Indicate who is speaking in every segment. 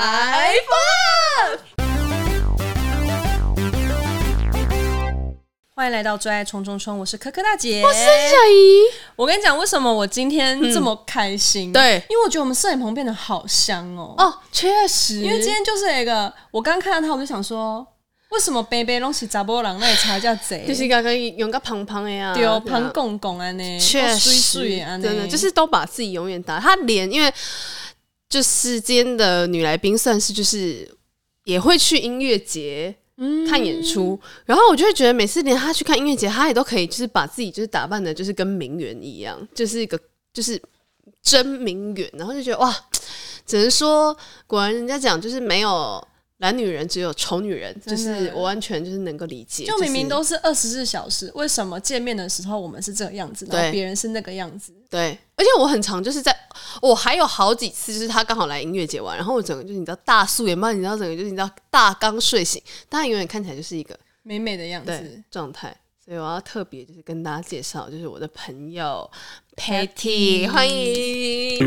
Speaker 1: Five Up。欢迎来到最爱冲冲冲，我是可可大姐，我是
Speaker 2: 哦小姨，
Speaker 1: 我跟你讲，为什么我今天这么开心？
Speaker 2: 对
Speaker 1: 因为我觉得我们摄影棚变得好香哦。
Speaker 2: 哦，确实，
Speaker 1: 因为今天就是有一个，我刚看到他，我就想说，为什么贝贝拢是查波人，那里才叫贼？
Speaker 2: 就是刚刚用个胖胖的呀、啊，
Speaker 1: 丢潘公公安呢，
Speaker 2: 确
Speaker 1: 水
Speaker 2: 实
Speaker 1: 水安
Speaker 2: 真
Speaker 1: 呢，
Speaker 2: 的就是都把自己永远打。他连因为就是今天的女来宾算是就是也会去音乐节。
Speaker 1: 嗯
Speaker 2: 看演出，然后我就会觉得每次连她去看音乐节，她也都可以，就是把自己就是打扮的，就是跟名媛一样，就是一个就是真名媛，然后就觉得哇，只能说果然人家讲就是没有懒女人，只有丑女人，
Speaker 1: 真
Speaker 2: 就
Speaker 1: 的
Speaker 2: 是我完全就是能够理解，
Speaker 1: 就明明
Speaker 2: 是
Speaker 1: 都是二十四小时，为什么见面的时候我们是这个样子，然后
Speaker 2: 对
Speaker 1: 别人是那个样子？
Speaker 2: 对，而且我很常就是在，我还有好几次就是他刚好来音乐节玩，然后我整个就是你知道大素颜嘛，你知道整个就是你知道大刚睡醒，但他永远看起来就是一个
Speaker 1: 美美的样
Speaker 2: 对
Speaker 1: 子。
Speaker 2: 状态，所以我要特别就是跟大家介绍，就是我的朋友 Patty，欢迎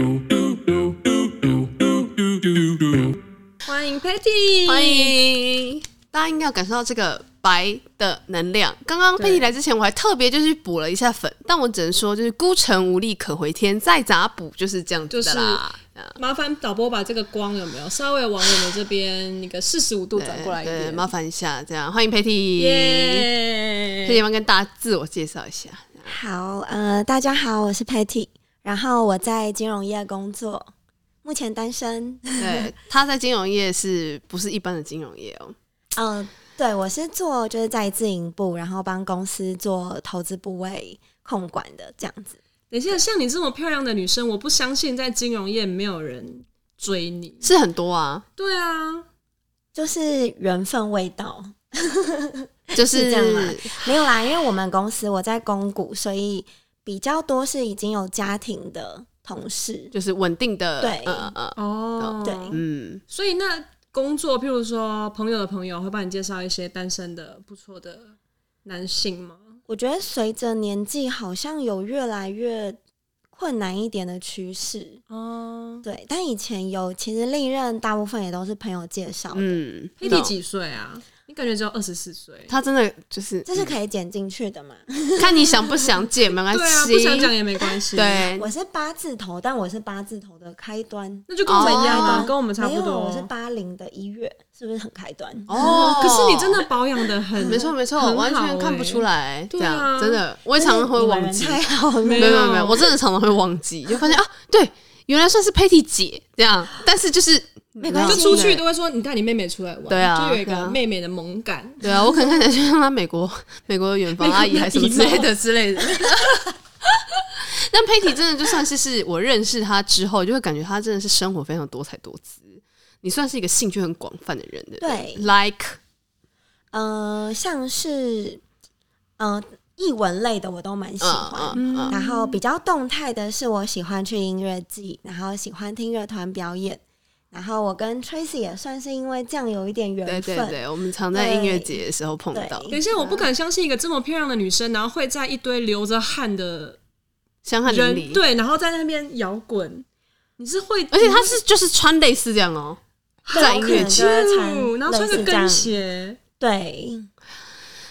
Speaker 1: 欢迎 Patty，
Speaker 2: 欢。迎，大家应该有感受到这个白的能量。刚刚 Patty 来之前，我还特别就是补了一下粉，但我只能说就是孤城无力可回天，再咋补就是这样子的啦。啊
Speaker 1: 麻烦导播把这个光有没有稍微往我们这边那个四十五度转过来一
Speaker 2: 对对
Speaker 1: 点？
Speaker 2: 麻烦一下，这样欢迎 Patty。
Speaker 1: 耶
Speaker 2: 可以吗？跟大家自我介绍一下。
Speaker 3: 好，呃，大家好，我是 Patty，然后我在金融业工作，目前单身。
Speaker 2: 对，他在金融业是不是一般的金融业哦？
Speaker 3: 嗯、对我是做就是在自营部，然后帮公司做投资部位控管的这样子。
Speaker 1: 等一下，像你这么漂亮的女生，我不相信在金融业没有人追你。
Speaker 2: 是很多啊，
Speaker 1: 对啊，
Speaker 3: 就是缘分未到，
Speaker 2: 就是
Speaker 3: 是这样
Speaker 1: 啊
Speaker 3: 啦没有啦，因为我们公司我在公股，所以比较多是已经有家庭的同事。
Speaker 2: 就是稳定的，
Speaker 3: 对
Speaker 2: 嗯嗯
Speaker 1: 哦，
Speaker 3: 对
Speaker 2: 嗯，
Speaker 1: 所以那工作，譬如说朋友的朋友会帮你介绍一些单身的不错的男性吗？
Speaker 3: 我觉得随着年纪，好像有越来越困难一点的趋势。
Speaker 1: 哦，
Speaker 3: 对，但以前有，其实历任大部分也都是朋友介绍，
Speaker 2: 嗯
Speaker 1: 佩蒂
Speaker 2: 懂
Speaker 1: 几岁啊？你感觉只有二十四岁。
Speaker 2: 他真的就是，
Speaker 3: 这是可以剪进去的嘛？
Speaker 2: 嗯看你想不想 解，没关系。
Speaker 1: 对啊，不想讲也没关系。，
Speaker 2: 对
Speaker 3: 我是八字头，但我是八字头的开端，
Speaker 1: 那就跟我们一样啊，
Speaker 3: 哦
Speaker 1: 跟我们差不
Speaker 3: 没有，
Speaker 1: 多。
Speaker 3: 我是八零的一月，是不是很开端？
Speaker 2: 哦
Speaker 1: 可是你真的保养的很，
Speaker 2: 没错没错
Speaker 1: 很好，
Speaker 2: 完全看不
Speaker 1: 欸
Speaker 2: 出。来，这
Speaker 1: 对啊
Speaker 2: 样真的，我也常常会忘记
Speaker 3: 你。们人太好了，
Speaker 2: 没有没有没有，我真的常常会忘记，就发现啊，对，原来算是 Patty 姐这样，但是就是
Speaker 3: 没关
Speaker 1: 就
Speaker 3: 系
Speaker 1: 出去都会说你带你妹妹出来玩，
Speaker 2: 对啊
Speaker 1: 就有一
Speaker 2: 对
Speaker 1: 个
Speaker 2: 啊
Speaker 1: 妹妹的萌感。
Speaker 2: 对啊，我可能看起来就像他美国 美国远方阿姨还是什么之类的之类的。 但 Patty 真的就算是是我认识她之后，就会感觉她真的是生活非常多彩多姿。你算是一个兴趣很广泛的人，对不
Speaker 3: 对
Speaker 2: ，like
Speaker 3: 呃，像是呃译文类的我都蛮喜欢。
Speaker 2: 嗯嗯
Speaker 3: 然后比较动态的是，我喜欢去音乐季，然后喜欢听乐团表演，然后我跟 Tracy 也算是因为这样有一点缘
Speaker 2: 对
Speaker 3: 分，
Speaker 2: 对对，我们常在音乐节的时候碰到
Speaker 3: 对
Speaker 1: 等一下，我不敢相信一个这么漂亮的女生，然后会在一堆流着汗的
Speaker 2: 香汗淋
Speaker 1: 人
Speaker 2: 漓，，
Speaker 1: 对，然后在那边摇滚。你是会，
Speaker 2: 而且她是就是穿类似这样哦，在音乐节
Speaker 3: 就会穿
Speaker 1: 然后穿个
Speaker 3: 类似这样
Speaker 1: 跟鞋，
Speaker 3: 对，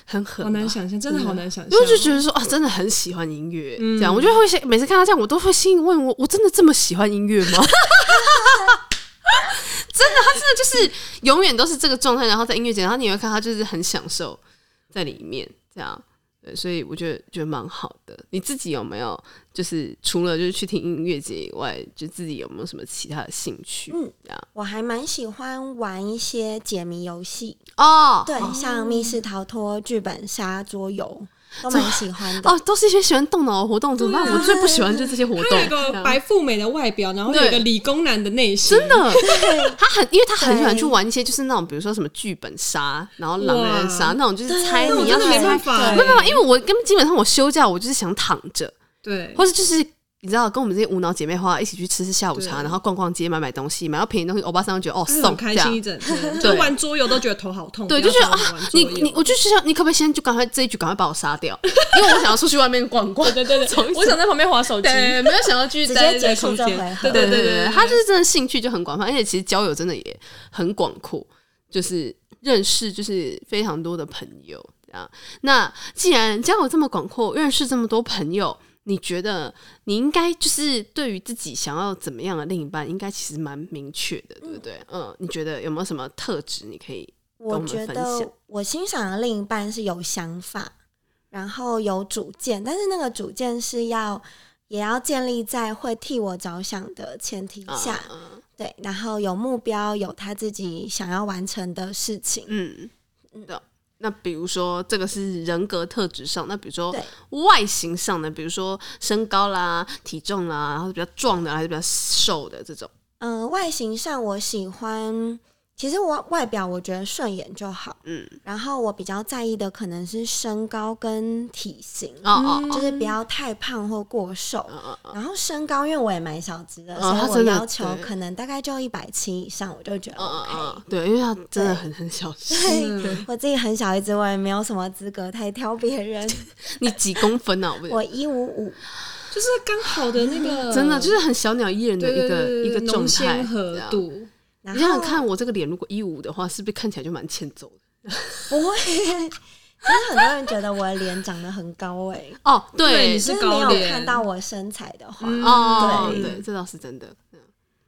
Speaker 2: 很狠哦
Speaker 1: 好
Speaker 2: 吧，
Speaker 1: 难想象，真的好难想象。
Speaker 2: 嗯
Speaker 1: 哦
Speaker 2: 因为就觉得说啊，真的很喜欢音乐，
Speaker 1: 嗯
Speaker 2: 这样我就会想，每次看他这样，我都会心里问我，我真的这么喜欢音乐吗？真的， 他真的就是永远都是这个状态，然后在音乐节，然后你会看他就是很享受在里面，这样对，所以我觉得觉得蛮好的。你自己有没有就是除了就是去听音乐节以外，就自己有没有什么其他的兴趣？
Speaker 3: 嗯
Speaker 2: 这样
Speaker 3: 我还蛮喜欢玩一些解谜游戏，
Speaker 2: 哦，
Speaker 3: 对，像密室逃脱、剧本杀、桌游，都蛮喜欢的。
Speaker 2: 哦，都是一些喜欢动脑的活动，怎么办？
Speaker 1: 啊
Speaker 2: 我最不喜欢就是这些活
Speaker 1: 他有一
Speaker 2: 动，
Speaker 1: 个白富美的外表，然后有一个
Speaker 2: 对
Speaker 1: 理工男的内心，
Speaker 2: 真的， 他很，因为他很喜欢
Speaker 3: 对
Speaker 2: 去玩一些，就是那种比如说什么剧本杀，然后狼人
Speaker 1: 哇
Speaker 2: 杀那种，就是猜
Speaker 1: 那我
Speaker 2: 你
Speaker 1: 真
Speaker 2: 要
Speaker 1: 的
Speaker 2: 猜
Speaker 1: 没办法欸嗯
Speaker 2: 没有，没有因为我根本基本上我休假，我就是想躺着，
Speaker 1: 对，
Speaker 2: 或者就是你知道，跟我们这些无脑姐妹花一起去吃吃下午茶，
Speaker 1: 对
Speaker 2: 然后逛逛街、买买东西，买到便宜的东西，欧巴桑就觉得哦，
Speaker 1: 很
Speaker 2: 送
Speaker 1: 开
Speaker 2: 这样
Speaker 1: 心一整 天，就玩桌游都觉得头好痛，
Speaker 2: 对，
Speaker 1: 不
Speaker 2: 就
Speaker 1: 要
Speaker 2: 觉得
Speaker 1: 找我
Speaker 2: 啊
Speaker 1: 玩，桌
Speaker 2: 你
Speaker 1: 游
Speaker 2: 你，我就想，你可不可以先就赶快这一局赶快把我杀掉？ 因为我想要出去外面逛逛。
Speaker 1: 对对
Speaker 2: 从
Speaker 1: 对，我想在旁边划手机，
Speaker 2: 对，没有想要继续
Speaker 3: 直
Speaker 2: 待
Speaker 3: 接
Speaker 2: 在
Speaker 3: 结
Speaker 2: 空
Speaker 3: 束
Speaker 2: 间嗯
Speaker 3: 这。回合。
Speaker 1: 对
Speaker 2: 对对
Speaker 1: 对
Speaker 2: 对，
Speaker 1: 对
Speaker 2: 他就是真的兴趣就很广泛，而且其实交友真的也很广阔，就是认识就是非常多的朋友这样。那既然交友这么广阔，认识这么多朋友，你觉得你应该就是对于自己想要怎么样的另一半，应该其实蛮明确的，对不对？嗯你觉得有没有什么特质你可以？
Speaker 3: 我
Speaker 2: 跟我们
Speaker 3: 觉
Speaker 2: 分享
Speaker 3: 得我欣赏的另一半是有想法，然后有主见，但是那个主见是要也要建立在会替我着想的前提
Speaker 2: 啊
Speaker 3: 下，对，然后有目标，有他自己想要完成的事情。
Speaker 2: 嗯
Speaker 3: 嗯，
Speaker 2: 对。那比如说，这个是人格特质上；那比如说
Speaker 3: 对
Speaker 2: 外形上的，比如说身高啦、体重啦，然后比较壮的还是比较瘦的这种。
Speaker 3: 嗯、外形上我喜欢，其实我外表我觉得顺眼就好，
Speaker 2: 嗯，
Speaker 3: 然后我比较在意的可能是身高跟体型，
Speaker 2: 哦哦
Speaker 1: 嗯
Speaker 2: 哦
Speaker 3: 就是不要太胖或过瘦。
Speaker 2: 哦哦
Speaker 3: 然后身高，因为我也蛮小只的，
Speaker 2: 哦
Speaker 3: 所
Speaker 2: 他
Speaker 3: 以我
Speaker 2: 真的
Speaker 3: 要求
Speaker 2: 对
Speaker 3: 可能大概就一百七以上，我就觉得
Speaker 2: 哦哦
Speaker 3: OK。
Speaker 2: 哦，对，因为他真的很很小只，
Speaker 1: 嗯
Speaker 3: 我自己很小一只，我也没有什么资格太挑别人。
Speaker 2: 你几公分啊？我不
Speaker 3: 我一五五，
Speaker 1: 就是刚好的那个，
Speaker 2: 真的就是很小鸟依人的
Speaker 1: 呃对对
Speaker 2: 一个
Speaker 1: 对
Speaker 2: 一个
Speaker 1: 对
Speaker 2: 状
Speaker 1: 浓
Speaker 2: 态
Speaker 1: 鲜。合
Speaker 2: 这样
Speaker 1: 度，
Speaker 3: 然
Speaker 2: 你想
Speaker 3: 后
Speaker 2: 想看，我这个脸如果一五的话，是不是看起来就蛮欠揍的？
Speaker 3: 不会， 其实很多人觉得我的脸长得很高哎、
Speaker 2: 哦，
Speaker 1: 对
Speaker 2: 对
Speaker 1: 你，是
Speaker 3: 就是没
Speaker 1: 高
Speaker 3: 有
Speaker 1: 脸
Speaker 3: 看到我身材的话，
Speaker 1: 嗯
Speaker 2: 哦，
Speaker 3: 对
Speaker 2: 对，这倒是真的。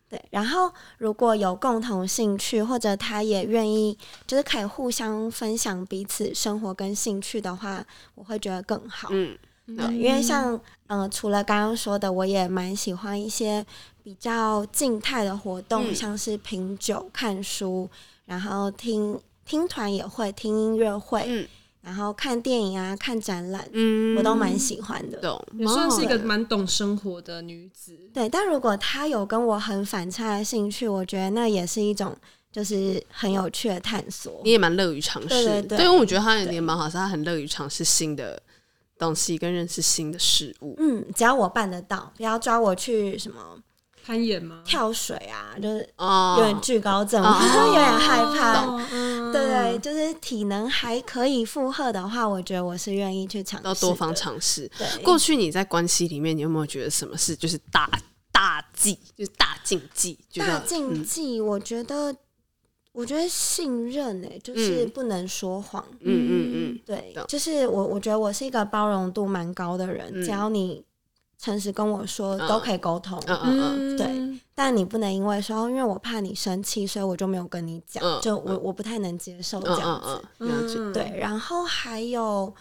Speaker 3: 对。然后如果有共同兴趣，或者他也愿意，就是可以互相分享彼此生活跟兴趣的话，我会觉得更好。
Speaker 2: 嗯，
Speaker 3: 对，因为像嗯、呃除了刚刚说的，我也蛮喜欢一些比较静态的活动，
Speaker 2: 嗯
Speaker 3: 像是品酒、看书，然后听听团也会听音乐会，
Speaker 2: 嗯
Speaker 3: 然后看电影啊、看展览，
Speaker 2: 嗯，
Speaker 3: 我都蛮喜欢的。
Speaker 2: 懂，
Speaker 1: 也算是一
Speaker 2: 蛮好
Speaker 1: 个
Speaker 2: 的
Speaker 1: 蛮懂生活的女子。
Speaker 3: 对，但如果他有跟我很反差的兴趣，我觉得那也是一种就是很有趣的探索
Speaker 2: 你。也蛮乐于尝试，
Speaker 3: 对对对
Speaker 2: 因为我觉得他也蛮好，是他很乐于尝试新的东西跟认识新的事物。
Speaker 3: 嗯，只要我办得到，不要抓我去什么
Speaker 1: 攀岩吗？
Speaker 3: 跳水啊，就是
Speaker 2: 嗯哦
Speaker 3: 有点惧高症， 我
Speaker 2: 哦
Speaker 3: 就有点害怕。
Speaker 1: 哦，嗯
Speaker 3: 对对，，就是体能还可以负荷的话，我觉得我是愿意去尝试的。
Speaker 2: 要多方尝试。
Speaker 3: 对，
Speaker 2: 过去你在关系里面，你有没有觉得什么事就是大大忌，就是大禁忌？觉
Speaker 3: 大
Speaker 2: 得
Speaker 3: 禁忌，我觉得，我觉得信任诶、欸就是不能说谎。
Speaker 2: 嗯嗯嗯
Speaker 3: 对
Speaker 2: 懂，
Speaker 3: 就是我，我觉得我是一个包容度蛮高的人，
Speaker 2: 嗯
Speaker 3: 只要你诚实跟我说，
Speaker 2: 嗯
Speaker 3: 都可以沟通。
Speaker 2: 嗯嗯嗯
Speaker 1: 嗯，
Speaker 3: 对但你不能因为说，因为我怕你生气，所以我就没有跟你讲，
Speaker 2: 嗯
Speaker 3: 就我我不太能接受这
Speaker 2: 嗯嗯
Speaker 3: 样子。
Speaker 2: 嗯嗯，了解。
Speaker 1: 嗯，
Speaker 3: 对，然后还有，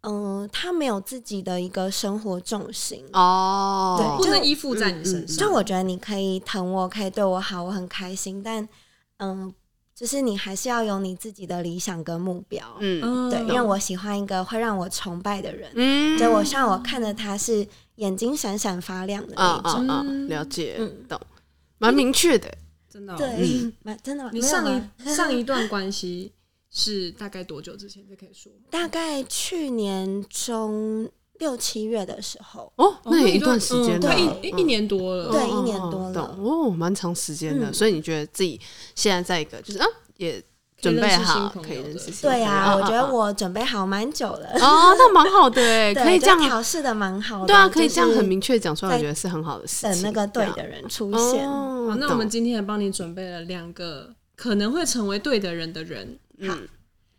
Speaker 3: 嗯、他没有自己的一个生活重心。
Speaker 2: 嗯哦，
Speaker 1: 不
Speaker 3: 对就
Speaker 1: 能依附在你身
Speaker 3: 就
Speaker 1: 上。
Speaker 3: 我觉得你可以疼我，可以对我好，我很开心。但嗯，就是你还是要有你自己的理想跟目标。
Speaker 2: 嗯
Speaker 1: 嗯
Speaker 3: 对，因为我喜欢一个会让我崇拜的人，
Speaker 2: 嗯，
Speaker 3: 所以我希望我看着他是眼睛闪闪发亮的
Speaker 2: 啊
Speaker 3: 那
Speaker 2: 啊
Speaker 3: 种。
Speaker 2: 啊，
Speaker 1: 嗯
Speaker 2: 了解，
Speaker 3: 嗯，
Speaker 2: 懂，蛮明确的。
Speaker 1: 真
Speaker 2: 嗯
Speaker 1: 的哦，
Speaker 3: 对，蛮真的吗？
Speaker 1: 你
Speaker 3: 没有
Speaker 1: 上
Speaker 3: 吗
Speaker 1: 一上一段关系是大概多久之前？这可以说吗
Speaker 3: 大概去年中六七月的时候，
Speaker 2: 哦，
Speaker 1: 哦
Speaker 2: 那也一段时间
Speaker 1: 嗯
Speaker 2: 了，
Speaker 1: 快
Speaker 3: 对
Speaker 1: 一
Speaker 2: 嗯
Speaker 1: 一年多了。
Speaker 3: 对
Speaker 2: 哦
Speaker 3: 一年多
Speaker 2: 哦
Speaker 3: 了
Speaker 2: 懂哦，蛮长时间的。
Speaker 3: 嗯
Speaker 2: 所以你觉得自己现在在一个就是啊，也 准备好可
Speaker 1: 可以
Speaker 2: 以认
Speaker 1: 认
Speaker 2: 识
Speaker 1: 识
Speaker 2: 新
Speaker 1: 新
Speaker 2: 朋
Speaker 3: 对
Speaker 2: 友
Speaker 3: 啊，我觉得
Speaker 2: 啊
Speaker 3: 我准备好蛮久了，
Speaker 2: 啊哦，那蛮好的哎，
Speaker 3: 对
Speaker 2: 可以这
Speaker 3: 就
Speaker 2: 样，
Speaker 3: 调试的蛮好的，
Speaker 2: 对啊，可以这样
Speaker 3: 就是
Speaker 2: 很明确地讲出来，我
Speaker 3: 在
Speaker 2: 觉得是很好的事
Speaker 3: 等
Speaker 2: 情。
Speaker 3: 那个对
Speaker 2: 这
Speaker 3: 的
Speaker 2: 样
Speaker 3: 人出现。
Speaker 2: 哦，
Speaker 1: 好，那我们
Speaker 2: 懂
Speaker 1: 今天也帮你准备了两个可能会成为对的人的人。好
Speaker 2: 嗯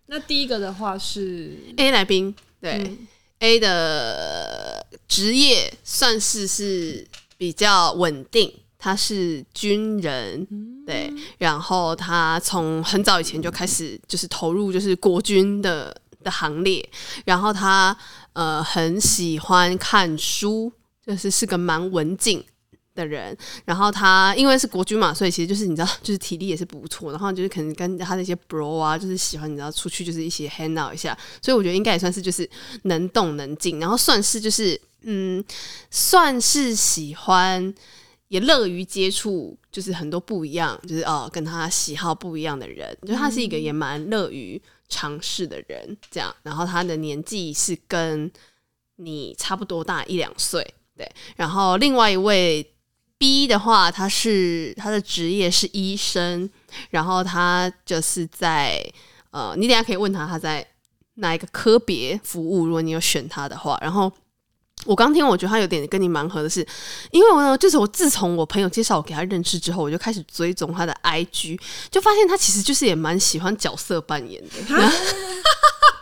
Speaker 1: 那第一个的话是，
Speaker 2: A 来宾对
Speaker 1: 嗯
Speaker 2: A 的职业算是是比较稳定，他是军人，对，然后他从很早以前就开始就是投入就是国军的的行列，然后他呃很喜欢看书，就是是个蛮文静。的人，然后他因为是国军嘛，所以其实就是你知道，就是体力也是不错，然后就是可能跟他那些 bro 啊，就是喜欢你知道出去就是一起 hang out 一下，所以我觉得应该也算是就是能动能静，然后算是就是嗯，算是喜欢，也乐于接触，就是很多不一样，就是哦跟他喜好不一样的人，就他是一个也蛮乐于尝试的人，这样。然后他的年纪是跟你差不多大一两岁，然后另外一位 B 的话，他是他的职业是医生，然后他就是在呃，你等一下可以问他他在哪一个科别服务，如果你有选他的话。然后我刚听完，我觉得他有点跟你蛮合的是，因为我呢，就是我自从我朋友介绍我给他认识之后，我就开始追踪他的 IG，就发现他其实就是也蛮喜欢角色扮演的。
Speaker 1: 哈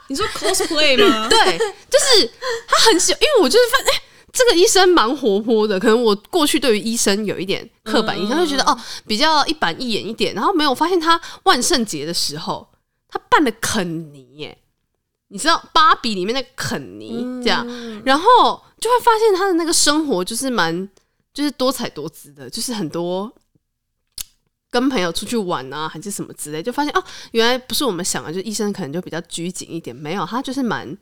Speaker 1: 你说 cosplay 吗？
Speaker 2: 对，就是他很喜，因为我就是发现、哎这个医生蛮活泼的，可能我过去对于医生有一点刻板印象，就觉得哦比较一板一眼一点，然后没有发现他万圣节的时候他扮了肯尼耶，你知道芭比里面那个肯尼这样，然后就会发现他的那个生活就是蛮就是多彩多姿的，就是很多。跟朋友出去玩啊，还是什么之类，就发现哦，原来不是我们想的，就医生可能就比较拘谨一点，没有，他就是蛮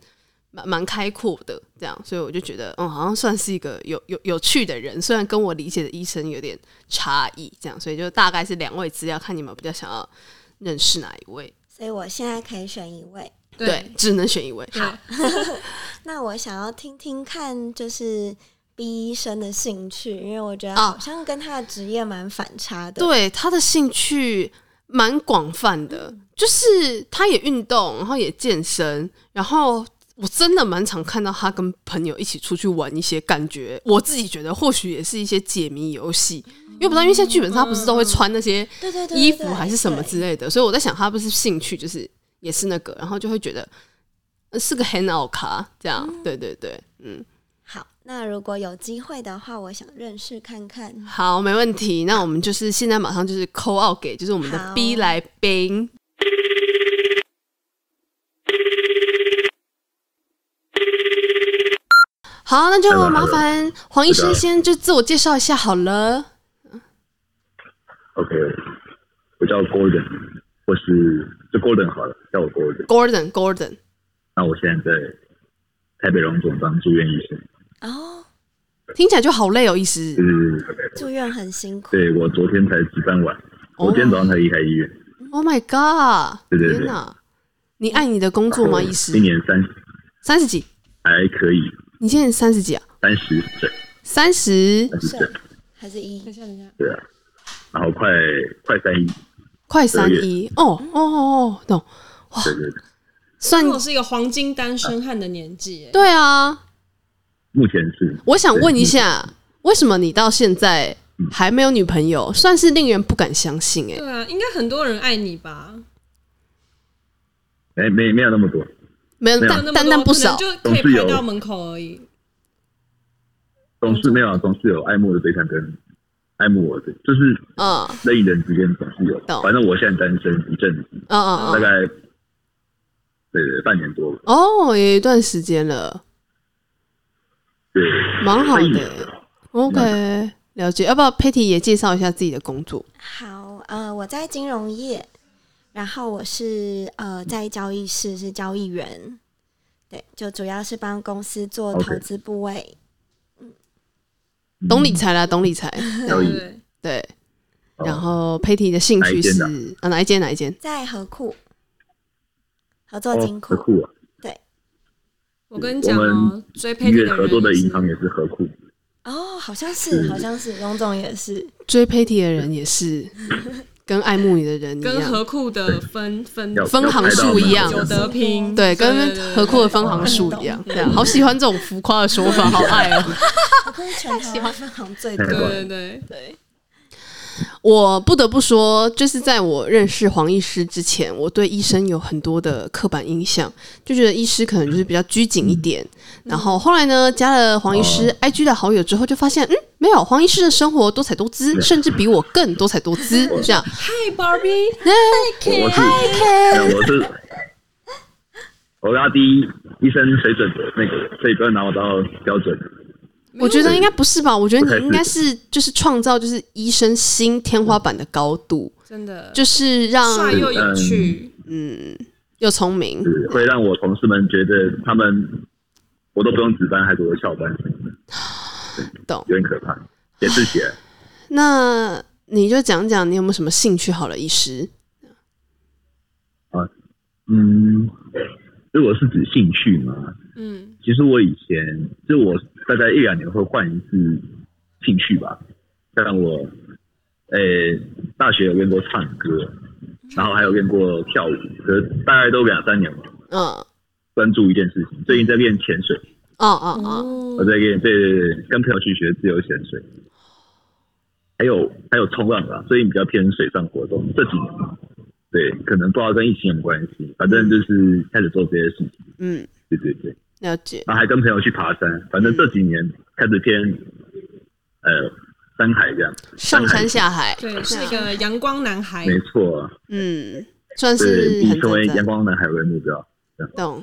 Speaker 2: 蛮蛮开阔的，这样，所以我就觉得，嗯，好像算是一个有有有趣的人，虽然跟我理解的医生有点差异，这样，所以就大概是两位资料，看你们比较想要认识哪一位，
Speaker 3: 所以我现在可以选一位。
Speaker 1: 对
Speaker 2: 只能选一位，
Speaker 1: 对，
Speaker 3: 那我想要听听看，就是 B 医生的兴趣，因为我觉得
Speaker 2: 啊
Speaker 3: 好像跟他的职业蛮反差的。，
Speaker 2: 对他的兴趣蛮广泛的，就是他也运动，然后也健身，然后我真的蛮常看到他跟朋友一起出去玩一些，感觉我自己觉得或许也是一些解谜游戏，因为不知道，因为现在剧本上他不是都会穿那些
Speaker 3: 对对对
Speaker 2: 衣服还是什么之
Speaker 3: 类。
Speaker 2: 类的，所以我在想他不是兴趣就是也是那个，然后就会觉得。呃是个 hangout 卡，这样，对对对，嗯，
Speaker 3: 好，那如果有机会的话，我想认识看看。
Speaker 2: 好，没问题。那我们就是现在马上就是 call out 给就是我们的
Speaker 3: 好
Speaker 2: B 来宾，好，那就麻烦黄医生先就自我介绍一下好了。
Speaker 4: OK，我叫 Golden，或是就 Golden 好了，叫我 Golden。
Speaker 2: Gordon Gordon，
Speaker 4: 那我现在在台北荣总当住院医生，
Speaker 3: 哦，
Speaker 2: 听起来就好累哦，医师
Speaker 4: 就是
Speaker 3: 住院很辛苦。
Speaker 4: 对我昨天才值班完，我今天早上才离开医院。
Speaker 2: Oh my god！
Speaker 4: 对对对
Speaker 2: 天哪，你爱你的工作哦吗，医
Speaker 4: 今
Speaker 2: 师？
Speaker 4: 年三
Speaker 2: 三十几？
Speaker 4: 还可以，
Speaker 2: 你现在三十几啊？
Speaker 4: 三十整，
Speaker 2: 三十
Speaker 4: 三十整，
Speaker 3: 还是
Speaker 1: 等
Speaker 3: 一
Speaker 1: 一下，等一下，
Speaker 4: 对啊。然后快快三一，
Speaker 2: 快三一哦哦哦哦，懂
Speaker 4: 对对对，
Speaker 2: 算
Speaker 1: 那我是一个黄金单身汉的年纪，哎，
Speaker 2: 对啊。
Speaker 4: 目前是
Speaker 2: 我想问一
Speaker 4: 嗯
Speaker 2: 下，为什么你到现在还没有女朋友？算是令人不敢相信哎、
Speaker 1: 对啊，应该很多人爱你吧？
Speaker 4: 没没没有那么多，
Speaker 2: 没有，
Speaker 4: 没有
Speaker 1: 有那么
Speaker 2: 但但
Speaker 1: 多
Speaker 2: 但不
Speaker 1: 可能
Speaker 2: 少。
Speaker 1: 就可以
Speaker 4: 总是
Speaker 1: 排
Speaker 4: 有
Speaker 1: 到门口而已。
Speaker 4: 总是没有啊，总是有爱慕的对象跟爱慕我的，就是
Speaker 2: 嗯
Speaker 4: 人与人之间总是有
Speaker 2: 懂。
Speaker 4: 反正我现在单身一阵子，
Speaker 2: 嗯嗯
Speaker 4: 大
Speaker 2: 嗯，
Speaker 4: 概对对半年多了，
Speaker 2: 哦，也有一段时间了，
Speaker 4: 对，
Speaker 2: 蛮好
Speaker 4: 快一
Speaker 2: 的
Speaker 4: 年
Speaker 2: 欸、
Speaker 4: 了
Speaker 2: OK，了解。要不要 Patty 也介绍一下自己的工作？
Speaker 3: 好，呃，我在金融业，然后我是呃在交易室是交易员，对，就主要是帮公司做
Speaker 4: OK
Speaker 3: 投资部位。
Speaker 4: 嗯
Speaker 2: 懂理财啦，懂理财。
Speaker 4: 交
Speaker 1: 对
Speaker 4: 易
Speaker 1: 不，对，
Speaker 2: 对，
Speaker 4: 哦
Speaker 2: 然后 Patty 的兴趣
Speaker 4: 哪一
Speaker 2: 是啊哪一间哪一间？
Speaker 3: 在河库合作
Speaker 4: 哦
Speaker 3: 金，库
Speaker 4: 合，库啊，
Speaker 1: 我跟你讲
Speaker 4: 我
Speaker 1: 哦
Speaker 4: 们，
Speaker 1: 追 Patty
Speaker 4: 医院
Speaker 1: 的
Speaker 4: 合
Speaker 1: 人
Speaker 4: 作的
Speaker 1: 也是
Speaker 4: 银行也是合库，
Speaker 3: 哦，好像是，好像是，荣总也是，
Speaker 2: 追 Patty 的人也 是跟爱慕你的人一
Speaker 1: 跟
Speaker 2: 样，
Speaker 1: 河库的分分
Speaker 4: 要
Speaker 2: 分行数一样
Speaker 1: 有得拼，对
Speaker 2: 对，跟
Speaker 1: 对
Speaker 2: 何库的分行数一样，对
Speaker 1: 嗯
Speaker 2: 啊，好喜欢这种浮夸的说法，好爱哦。
Speaker 3: 河库是全台湾分行最多
Speaker 4: 太
Speaker 1: 对
Speaker 4: 棒了
Speaker 1: 对
Speaker 3: 的。
Speaker 1: 对
Speaker 3: 对，
Speaker 2: 我不得不说，就是在我认识黄医师之前，我对医生有很多的刻板印象，就觉得医师可能就是比较拘谨一
Speaker 4: 嗯
Speaker 2: 点。然后后来呢，加了黄医
Speaker 4: 哦
Speaker 2: 师 IG 的好友之后，就发现，嗯，没有黄医师的生活多彩多姿，甚至比我更多彩多姿。这样，
Speaker 1: 嗨，Barbie，
Speaker 4: 我我是哎我是我拉低医生水准的那个，所以不要拿我当标准，
Speaker 2: 我觉得应该不是吧？我觉
Speaker 4: 不
Speaker 2: 得
Speaker 4: 太
Speaker 2: 你应该是就是创造就是医生新天花板的高度，
Speaker 1: 真的
Speaker 2: 就是让
Speaker 1: 帅又有趣，
Speaker 2: 嗯又聪明，
Speaker 4: 是会让我同事们觉得他们我都不用值班，还给我翘班，
Speaker 2: 懂？
Speaker 4: 有点可怕，也是起来。
Speaker 2: 那你就讲讲你有没有什么兴趣好了，医师。
Speaker 4: 嗯，如果是指兴趣嘛，
Speaker 1: 嗯，
Speaker 4: 其实我以前就我大概一两年会换一次兴趣吧，像我，呃、大学有练过唱歌，然后还有练过跳舞，可是大概都两三年吧。
Speaker 2: 嗯
Speaker 4: 专注一件事情，最近在练潜水，
Speaker 2: 哦哦哦，
Speaker 4: 我
Speaker 1: 哦，
Speaker 4: 在练对对对，跟朋友去学自由潜水，还有还有冲浪啊啦，最近比较偏水上活动这几年，对，可能不知道跟疫情有没有关系，反正就是开始做这些事情，
Speaker 2: 嗯，
Speaker 4: 对对对，
Speaker 2: 了解，
Speaker 4: 然后还跟朋友去爬山，反
Speaker 2: 嗯
Speaker 4: 正这几年开始偏，呃，山海这样，
Speaker 2: 上山下海，
Speaker 1: 对，是一个阳光男孩，
Speaker 4: 没错，
Speaker 2: 嗯，算
Speaker 4: 对，
Speaker 2: 哎是
Speaker 4: 以
Speaker 2: 很
Speaker 4: 成为
Speaker 2: 赞赞
Speaker 4: 阳光男孩为目标，
Speaker 2: 懂，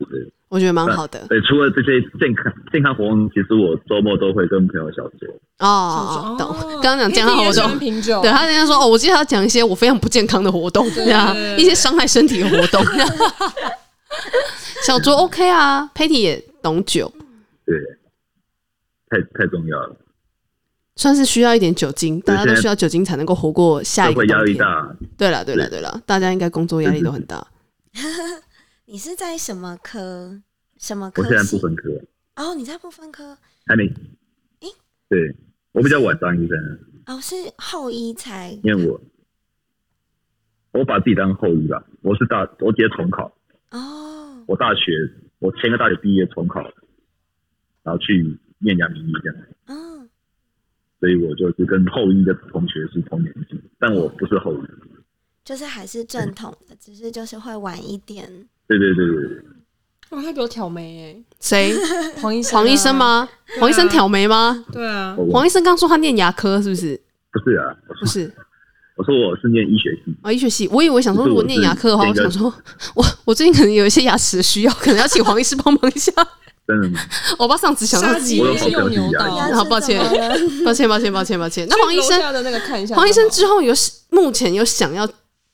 Speaker 4: 对对。
Speaker 2: 我觉得蛮好的
Speaker 4: 对，除了这些健康健康活动，其实我周末都会跟朋友小酌。
Speaker 2: 哦，懂。刚刚讲
Speaker 1: 哎
Speaker 2: 健康活动，
Speaker 1: 品酒
Speaker 2: 对他人家说哦，我记得他讲一些我非常不健康的活动，对啊
Speaker 1: 对对，对
Speaker 2: 一些伤害身体的活动。 小卓 OK 啊，Patty 也懂酒，
Speaker 4: 对，太太重要了。
Speaker 2: 算是需要一点酒精，大
Speaker 4: 对
Speaker 2: 家都
Speaker 4: 现在
Speaker 2: 需要酒精才能够活过下
Speaker 4: 社
Speaker 2: 一个
Speaker 4: 会
Speaker 2: 冬
Speaker 4: 压力
Speaker 2: 天。
Speaker 4: 大，啊
Speaker 2: 对了，对了，对了，大家应该工作压力都 很大。
Speaker 3: 你是在什么科？什么科
Speaker 4: 我
Speaker 3: 系？
Speaker 4: 现在不分科，
Speaker 3: 哦，你在不分科
Speaker 4: 还没。对，我比较晚当医生，
Speaker 3: 哦，是后医才
Speaker 4: 因为我我把自己当后医吧。我是大，我直接重考。
Speaker 3: 哦，
Speaker 4: 我大学我前个大学毕业重考，然后去念阳明医这样，
Speaker 3: 嗯，
Speaker 4: 所以我就是跟后医的同学是同年级，但我不是后医。
Speaker 3: 就是还是正统的，只是就是会晚一点。
Speaker 4: 对对对对对，
Speaker 1: 哇，他给我挑眉
Speaker 2: 谁？
Speaker 1: 哎，黄医生，
Speaker 2: 黄医生？吗？
Speaker 1: 啊
Speaker 2: 黄医生挑眉吗？
Speaker 1: 对啊，
Speaker 4: 我
Speaker 2: 黄医生刚说他念牙科，是不是？
Speaker 4: 不是啊，我
Speaker 2: 不是，
Speaker 4: 我说我是念医学系，
Speaker 2: 哦，医学系。我以为想说，如果念牙科的话，我
Speaker 4: 不是
Speaker 2: 想
Speaker 4: 我是
Speaker 2: 说，我我最近可能有一些牙齿的需要，可能要请黄医师帮忙一下。
Speaker 4: 真的吗？
Speaker 2: 我爸上次想啊到
Speaker 1: 杀
Speaker 2: 自
Speaker 1: 鸡
Speaker 2: 己，
Speaker 4: 我有好
Speaker 1: 又牛
Speaker 4: 哦
Speaker 1: 刀
Speaker 3: 牙齿
Speaker 2: 好抱歉
Speaker 3: 怎么了
Speaker 2: 抱歉，抱歉，抱歉，抱歉。那黄医
Speaker 1: 去楼
Speaker 2: 生，
Speaker 1: 下的那个看一下，
Speaker 2: 黄医生之后有目前有想要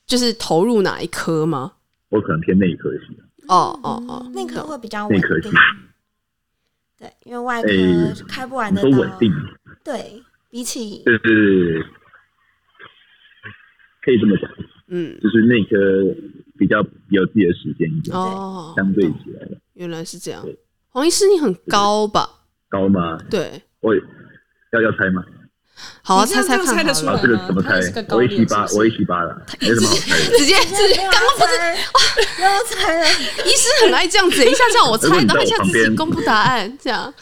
Speaker 2: 就是投入哪一科吗？
Speaker 4: 我可能偏内科系，
Speaker 2: 哦哦
Speaker 1: 嗯
Speaker 2: 哦，
Speaker 3: 那科会比较
Speaker 4: 内
Speaker 3: 稳
Speaker 4: 科系
Speaker 3: 定。对，因为外科
Speaker 4: 诶
Speaker 3: 开不完
Speaker 4: 你
Speaker 3: 的
Speaker 4: 说
Speaker 3: 刀，
Speaker 4: 稳定，
Speaker 3: 对比起
Speaker 4: 对对对对，可以这么讲，
Speaker 2: 嗯，
Speaker 4: 就是内科比较有自己的时间一点，
Speaker 2: 哦，
Speaker 4: 相对起来
Speaker 2: 原来是这样。黄医师，你很高吧？
Speaker 4: 高吗？
Speaker 2: 对，
Speaker 4: 我要要猜吗？
Speaker 2: 好啊，
Speaker 1: 你
Speaker 2: 猜
Speaker 1: 这样这样猜
Speaker 2: 猜看
Speaker 1: 得出
Speaker 2: 好
Speaker 1: 来
Speaker 4: 啊
Speaker 2: 了，
Speaker 4: 这个怎么
Speaker 1: 他
Speaker 4: 猜
Speaker 1: 也是个？高
Speaker 4: 我一
Speaker 1: 脸
Speaker 4: 七八
Speaker 1: 是不，是
Speaker 4: 我一七八了，没什么好猜的。
Speaker 2: 直接直接，
Speaker 3: 刚刚不是又猜了，
Speaker 2: 医师很爱这样子，一下叫我猜，
Speaker 4: 如果你
Speaker 2: 然后
Speaker 4: 在
Speaker 2: 一下
Speaker 4: 我旁
Speaker 2: 自己
Speaker 4: 边
Speaker 2: 公布答案，这样。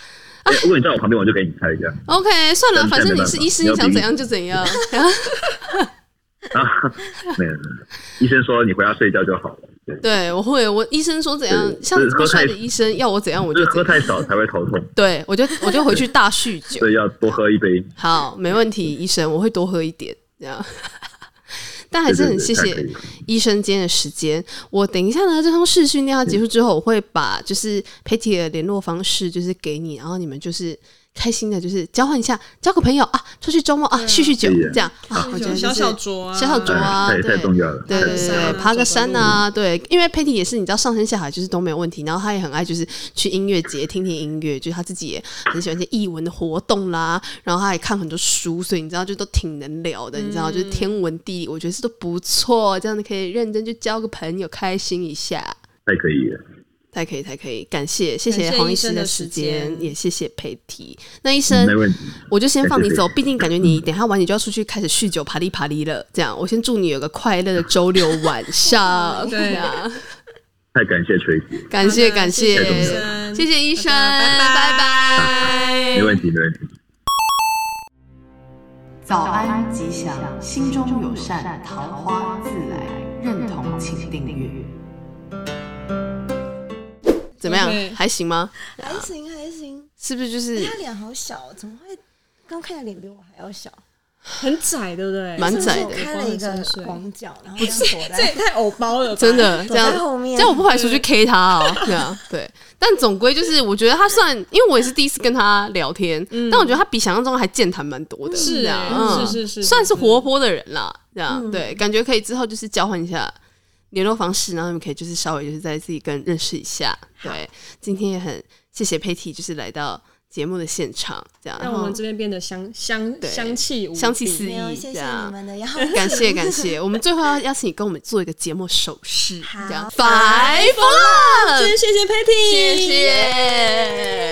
Speaker 4: 哎如果你在我旁边，我就给你猜一 下
Speaker 2: OK，算了，
Speaker 4: 但
Speaker 2: 反正
Speaker 4: 但没
Speaker 2: 你
Speaker 4: 办
Speaker 2: 是
Speaker 4: 法
Speaker 2: 医师，
Speaker 4: 你
Speaker 2: 你
Speaker 4: 要
Speaker 2: 想
Speaker 4: 比
Speaker 2: 怎样就怎样。
Speaker 4: 啊。没有，没有没有医生说你回家睡觉就好了。对，
Speaker 2: 对，我会，我医生说怎样，
Speaker 4: 对
Speaker 2: 像
Speaker 4: 就是
Speaker 2: 不
Speaker 4: 喝
Speaker 2: 帅
Speaker 4: 太
Speaker 2: 的医生要我怎样，我
Speaker 4: 就
Speaker 2: 就是
Speaker 4: 喝
Speaker 2: 怎样。
Speaker 4: 太少才会头 痛，
Speaker 2: 对，我就我就回去大酗酒
Speaker 4: 所。以要多喝一 杯。
Speaker 2: 好，没问题，医生，我会多喝一点，这样。 但还是很谢
Speaker 4: 对
Speaker 2: 谢
Speaker 4: 对对
Speaker 2: 医生今天的时间。我等一下呢，这通视讯电话结束之后，我会把就是 Patty 的联络方式就是给你，然后你们就是开心的，就是交换一下，交个朋友啊，出去周末啊，叙叙酒
Speaker 4: 可以啊
Speaker 2: 这样啊，我觉得
Speaker 1: 小
Speaker 2: 就是
Speaker 1: 小酌啊，
Speaker 2: 小小酌
Speaker 4: 太
Speaker 2: 啊
Speaker 4: 哎太
Speaker 2: 对
Speaker 4: 太重要了。
Speaker 2: 对
Speaker 1: 爬
Speaker 2: 对
Speaker 1: 个山
Speaker 2: 对，
Speaker 1: 啊
Speaker 2: 爬个
Speaker 1: 走个
Speaker 2: 山
Speaker 1: 路
Speaker 2: 呐、对，因为佩蒂也是，你知道上山下海就是都没有问题，然后他也很爱就是去音乐节听听音乐，就是他自己也很喜欢一些艺文的活动啦，然后他也看很多书，所以你知道就都挺能聊的，你知道就是天文地理，我觉得是都不错，这样子可以认真就交个朋友，开心一下。
Speaker 4: 太可以了。
Speaker 2: 才可以，才可以，感谢，谢
Speaker 1: 感
Speaker 2: 谢
Speaker 1: 谢
Speaker 2: 黄
Speaker 1: 医
Speaker 2: 医师
Speaker 1: 生
Speaker 2: 的
Speaker 1: 的
Speaker 2: 时
Speaker 1: 时
Speaker 2: 间，
Speaker 1: 间
Speaker 2: 也谢谢佩蒂。那医生
Speaker 4: 没，问题，
Speaker 2: 我就先放你走，
Speaker 4: 对对对嗯
Speaker 2: 毕竟感觉你等一下晚点就要出去开始酗酒、爬哩爬哩了。这样，我先祝你有个快乐的周六晚上。
Speaker 1: 对
Speaker 2: 啊，
Speaker 4: 太感谢锤 子，
Speaker 2: 感谢感谢
Speaker 1: 谢医，生
Speaker 2: 谢谢医生，
Speaker 1: 拜拜
Speaker 2: 拜拜
Speaker 4: 没问题，没问题。
Speaker 5: 早安吉祥，心中有善，桃花自来。认同请订阅。
Speaker 2: 怎么样
Speaker 1: OK？
Speaker 2: 还行吗？
Speaker 3: 还行还行。
Speaker 2: 是不是就
Speaker 3: 哎
Speaker 2: 是
Speaker 3: 他脸好小，怎么会？刚看的脸比我还要小，
Speaker 1: 很窄，对不对？
Speaker 2: 蛮
Speaker 3: 是不是
Speaker 2: 窄
Speaker 3: 我
Speaker 2: 的
Speaker 3: 开了一个广角，然后这样躲
Speaker 1: 这也
Speaker 3: 在。
Speaker 1: 太偶包了吧，
Speaker 2: 真的这
Speaker 3: 躲在
Speaker 2: 样？
Speaker 3: 后面
Speaker 2: 这样我不排除去 K 他哦， 这样对。但总归就是，我觉得他算，因为我也是第一次跟他聊天，但我觉得他比想象中还健谈蛮多的，
Speaker 1: 嗯是
Speaker 2: 这样嗯
Speaker 1: 哎，是是是，嗯
Speaker 2: 算是活泼的人啦，这样、对，感觉可以之后就是交换一下联络方式，然后你们可以就是稍微就是在自己跟认识一下。对，今天也很谢谢佩蒂，就是来到节目的现场，这样，
Speaker 1: 让我们这边变得香香
Speaker 2: 对
Speaker 1: 香气无比
Speaker 2: 香气四
Speaker 3: 没有，
Speaker 2: 溢，
Speaker 3: 谢
Speaker 2: 这
Speaker 3: 谢
Speaker 2: 样
Speaker 3: 你。们的邀
Speaker 2: 感谢感谢，我们最后要邀请你跟我们做一个节目手势，这样
Speaker 3: 好
Speaker 2: ，Five Love，
Speaker 1: 今天谢谢 Patty，
Speaker 2: 谢谢。